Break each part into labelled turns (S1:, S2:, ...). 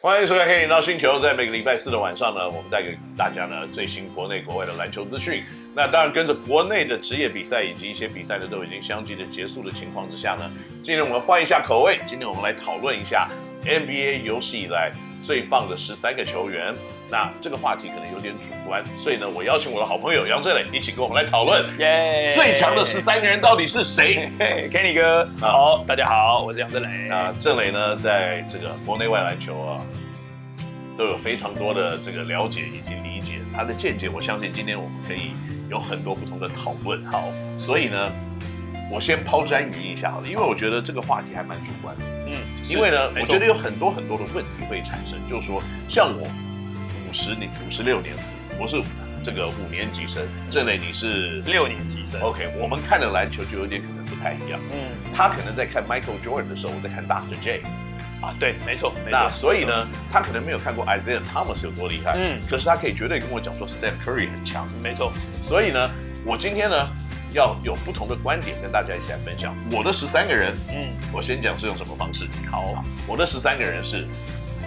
S1: 欢迎收看《黑人到星球》。在每个礼拜四的晚上呢，我们带给大家呢最新国内国外的篮球资讯。那当然，跟着国内的职业比赛以及一些比赛呢都已经相继的结束的情况之下呢，今天我们换一下口味，今天我们来讨论一下 NBA 有史以来最棒的十三个球员。那这个话题可能有点主观，所以呢，我邀请我的好朋友杨振磊一起跟我们来讨论
S2: 耶！
S1: 最强的十三个啊人到底是谁。
S2: 嘿，Kenny 哥，好，大家好，我是杨振磊。
S1: 那郑磊呢，在这个国内外篮球啊，都有非常多的这个了解以及理解，他的见解，我相信今天我们可以有很多不同的讨论。好，所以呢，我先抛砖引玉一下好了，因为我觉得这个话题还蛮主观的，
S2: 嗯，是
S1: 因为呢，
S2: 没
S1: 我
S2: 错
S1: 觉得有很多很多的问题会产生，就是说，像我五十年、五十六年次，我是这个五年级生，郑磊你是
S2: 六年级生，
S1: ，OK，我们看的篮球就有点可能不太一样。
S2: 嗯，
S1: 他可能在看 Michael Jordan 的时候，我在看 Dr. J。
S2: 啊，对，没错，没
S1: 那
S2: 错。
S1: 所以呢，他可能没有看过 Isaiah Thomas 有多厉害，
S2: 嗯
S1: 可是他可以绝对跟我讲说 Steph Curry 很强。
S2: 没错，
S1: 所以呢，我今天呢要有不同的观点跟大家一起来分享。我的十三个人，
S2: 嗯，
S1: 我先讲是用什么方式。好，我的十三个人是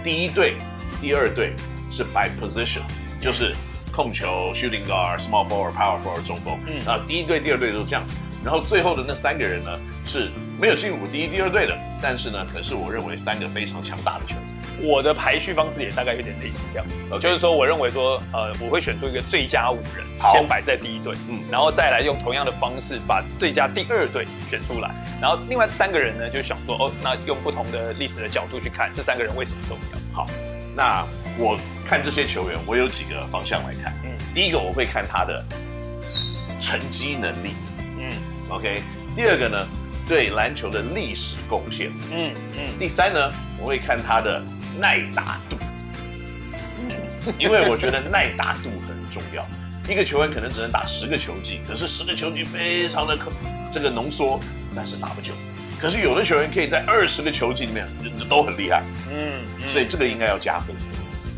S1: 第一队、第二队是 by position，就是
S2: 嗯
S1: 控球、shooting guard、small forward、power forward、中锋。
S2: 嗯
S1: 啊，第一队、第二队都这样子。然后最后的那三个人呢是没有进入第一、第二队的，但是呢，可是我认为三个非常强大的球员。
S2: 我的排序方式也大概有点类似这样子
S1: OK
S2: 就是说，我认为说，呃，我会选出一个最佳五人，
S1: 好
S2: 先摆在第一队，
S1: 嗯
S2: 然后再来用同样的方式把最佳第二队选出来，然后另外三个人呢，就想说，哦，那用不同的历史的角度去看这三个人为什么重要。
S1: 好，那我看这些球员，我有几个方向来看。
S2: 嗯
S1: 第一个我会看他的成绩能力
S2: 嗯
S1: ，OK。第二个呢，对篮球的历史贡献。
S2: 嗯嗯
S1: 第三呢，我会看他的耐打度，
S2: 嗯，
S1: 因为我觉得耐打度很重要。一个球员可能只能打十个球季，可是十个球季非常的可这个浓缩，但是打不久。可是有的球员可以在二十个球季里面都很厉害，
S2: 嗯，嗯
S1: 所以这个应该要加分。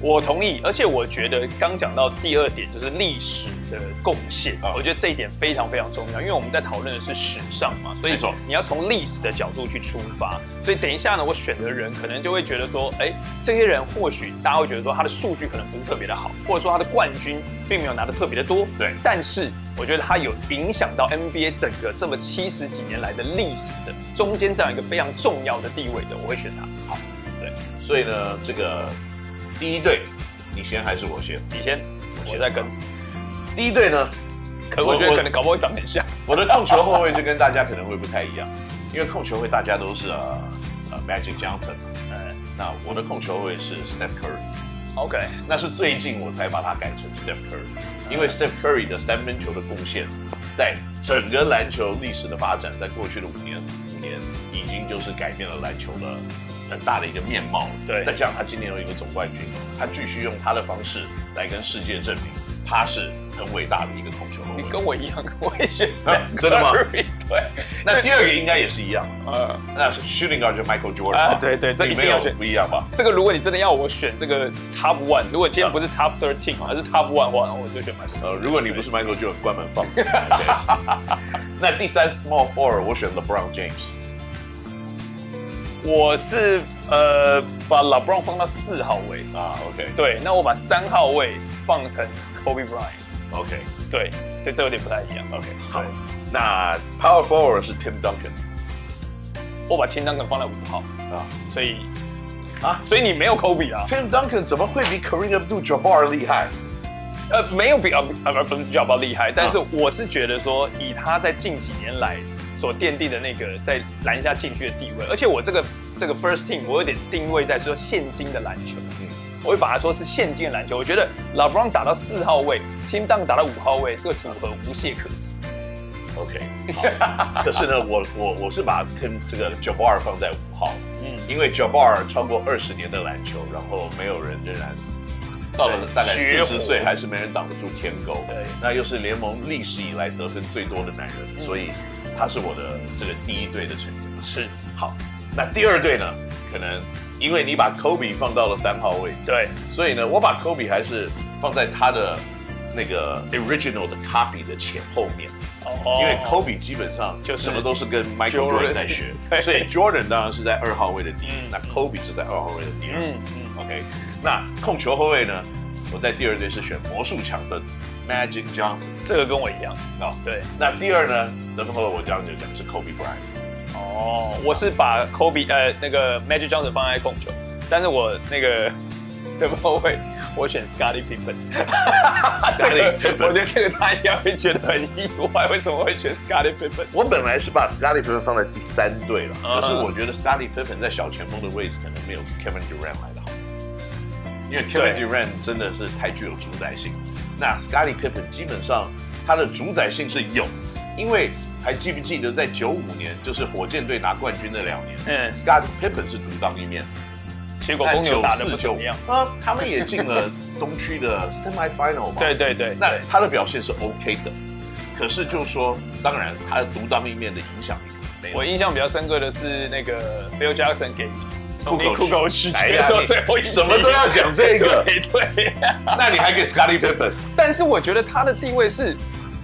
S2: 我同意，而且我觉得刚讲到第二点就是历史的贡献，
S1: 啊
S2: 我觉得这一点非常非常重要，因为我们在讨论的是史上嘛，所以
S1: 没错
S2: 你要从历史的角度去出发。所以等一下呢，我选的人可能就会觉得说，哎，这些人或许大家会觉得说他的数据可能不是特别的好，或者说他的冠军并没有拿的特别的多，
S1: 对
S2: 但是我觉得它有影响到 NBA 整个这么七十几年来的历史的中间这样一个非常重要的地位的，我会选他。好，
S1: 所以呢，这个第一队，你先还是我先？
S2: 你先，
S1: 先
S2: 我再跟。
S1: 第一队呢，
S2: 可我觉得可能搞不好会长得很像。
S1: 我的控球后卫就跟大家可能会不太一样，因为控球会大家都是呃呃 Magic Johnson，呃，那我的控球后卫是 Steph Curry，
S2: OK，
S1: 那是最近我才把它改成 Steph Curry，因为 Steph Curry 的三分球的贡献，在整个篮球历史的发展，在过去的五年五年已经就是改变了篮球的。很大的一个面貌了，
S2: 对
S1: 再加上他今年有一个总冠军，他继续用他的方式来跟世界证明他是很伟大的一个控球后
S2: 你
S1: 卫。
S2: 跟我一样，我也选 s
S1: 啊真的吗
S2: 对，
S1: 那第二个应该也是一样，
S2: 呃，
S1: 那是 shooting guard 就是 Michael Jordan
S2: 啊
S1: 嘛
S2: 对对这
S1: 你
S2: 一定
S1: 没有
S2: 要选
S1: 不一样吧？
S2: 这个如果你真的要我选这个 top one，如果今天不是
S1: 啊
S2: top thirteen 而是 top one 的话，我就选麦克。
S1: 呃，Uh, 如果你不是 Michael Jordan，关门放。对那第三 small forward 我选 LeBron James，
S2: 我是呃把 LeBron 放到四号位，
S1: 啊，OK
S2: 对，那我把三号位放成 Kobe Bryant，
S1: OK
S2: 对，所以这有点不太一样。
S1: OK 好
S2: 对，
S1: 那 power forward 是 Tim Duncan
S2: 我把 Tim Duncan 放在五号，
S1: 啊
S2: 所以
S1: 啊
S2: 所以你没有 Kobe 啊？
S1: ，Tim Duncan 怎么会比 Kareem Abdul-Jabbar 厉害？
S2: 呃，没有比啊啊不是叫不厉害，但是
S1: 啊
S2: 我是觉得说，以他在近几年来所奠定的那个在篮下禁区的地位，而且我这个这个 first team 我有点定位在说现今的篮球，
S1: 嗯
S2: 我会把它说是现今的篮球。我觉得 LeBron 打到四号位，Tim Duncan 打到五号位，这个组合无懈可击。
S1: ，OK 好。可是呢，我我我是把 Tim 这个 Jabbar 放在五号，
S2: 嗯，
S1: 因为 Jabbar 超过二十年的篮球，然后没有人仍然到了大概四
S2: 学
S1: 十
S2: 活
S1: 岁还是没人挡得住天勾。
S2: 对，
S1: 那又是联盟历史以来得分最多的男人，
S2: 嗯
S1: 所以他是我的这个第一队的成员。
S2: 是，
S1: 好，那第二队呢？可能因为你把 Kobe 放到了三号位置，
S2: 对，
S1: 所以呢，我把 Kobe 还是放在他的那个 original 的 copy 的前后面，
S2: 哦
S1: 因为 Kobe 基本上
S2: 就是
S1: 什么都是跟 Michael
S2: Jordan
S1: Jordan 在学，
S2: 对
S1: 所以 Jordan 当然是在二号位的第一
S2: 嗯，
S1: 那 Kobe 是在二号位的第二。
S2: 嗯嗯
S1: OK，那控球后卫呢？我在第二队是选魔术强森 Magic Johnson
S2: 这个跟我一样。
S1: 哦。
S2: 对，
S1: 那第二呢，得分后卫我刚刚就讲是 Kobe Bryant。
S2: 哦，我是把 Kobe 呃那个 Magic Johnson 放在控球，但是我那个得分后卫我选 Scotty Pippen。这
S1: Scottie
S2: 个
S1: Pippen
S2: 我觉得这个大家应该会觉得很意外，为什么会选 Scotty Pippen？
S1: 我本来是把 Scottie Pippen 放在第三队了，
S2: 嗯
S1: 可是我觉得 Scottie Pippen 在小前锋的位置可能没有 Kevin Durant 来的好，因为 Kevin
S2: 对
S1: Durant 真的是太具有主宰性。那 Scottie Pippen 基本上他的主宰性是有，因为还记不记得在九五年就是火箭队拿冠军那两年
S2: 嗯，
S1: ，Scottie Pippen 是独当一面，
S2: 结果
S1: 但
S2: 公牛
S1: 九
S2: 打
S1: 四
S2: 得不怎
S1: 九
S2: 么样。
S1: 啊，他们也进了东区的 semi final 嘛，
S2: 对对对，
S1: 那他的表现是 OK 的，可是就说，当然他的独当一面的影响力没有
S2: 我。印象比较深刻的是那个 Bill Jackson 给
S1: 酷狗区
S2: 酷狗去
S1: 哎呀
S2: 决做
S1: 你
S2: 最后一击
S1: 什么都要讲这个
S2: 对对。
S1: 那你还给 Scotty Pippen？
S2: 但是我觉得他的地位是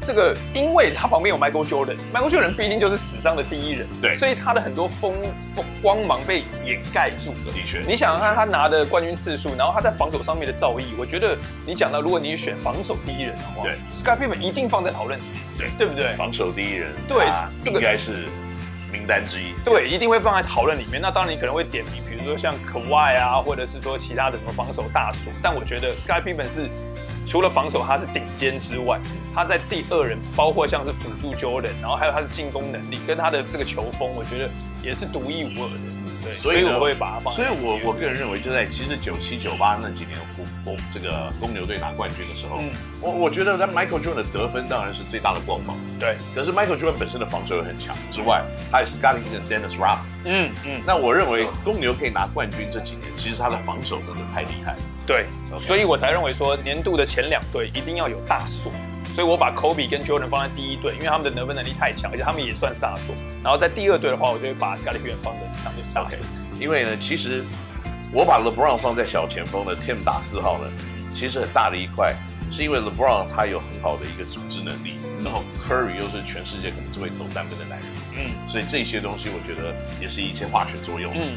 S2: 这个，因为他旁边有 Michael Jordan，Michael Jordan 毕竟就是史上的第一人，
S1: 对
S2: 所以他的很多风风光芒被掩盖住了。
S1: 的确，
S2: 你想想看，他拿的冠军次数，然后他在防守上面的造诣，我觉得你讲到，如果你选防守第一人的话，
S1: 对
S2: ，Scottie Pippen 一定放在讨论里面，
S1: 对
S2: 对不对？
S1: 防守第一人，
S2: 对
S1: 他
S2: 这个
S1: 应该是名单之一。
S2: 对，一定会放在讨论里面。那当然，你可能会点名，比如说像 Kawhi 啊，或者是说其他的什么防守大叔。但我觉得 Sky Pippen 是除了防守他是顶尖之外，他在第二人，包括像是辅助 Jordan，然后还有他的进攻能力跟他的这个球风，我觉得也是独一无二的。对，
S1: 所
S2: 所
S1: 以
S2: 以
S1: 呢
S2: 我会把它放在
S1: 所以
S2: 第一。
S1: 我我个人认为，就在其实九七九八那几年，公公这个公牛队拿冠军的时候，
S2: 嗯，
S1: 我我觉得在 Michael Jordan 的得分当然是最大的光芒，
S2: 对，
S1: 可是 Michael Jordan 本身的防守也很强，之外还有 Scotty 跟 Dennis Rodman。
S2: 嗯嗯，
S1: 那我认为公牛可以拿冠军这几年，其实他的防守真的太厉害了。
S2: 对
S1: OK
S2: 所以我才认为说年度的前两队一定要有大锁，所以我把 Kobe 跟 Jordan 放在第一队，因为他们的得分能力太强，而且他们也算是大锁。然后在第二队的话，我就会把 Scottie Pippen 放在当做是大锁。
S1: OK 因为呢，其实我把 LeBron 放在小前锋的 Tim 打四号呢，其实很大的一块是因为 LeBron 他有很好的一个组织能力，然后 Curry 又是全世界可能最会投三分的男人，
S2: 嗯
S1: 所以这些东西我觉得也是一些化学作用。
S2: 嗯，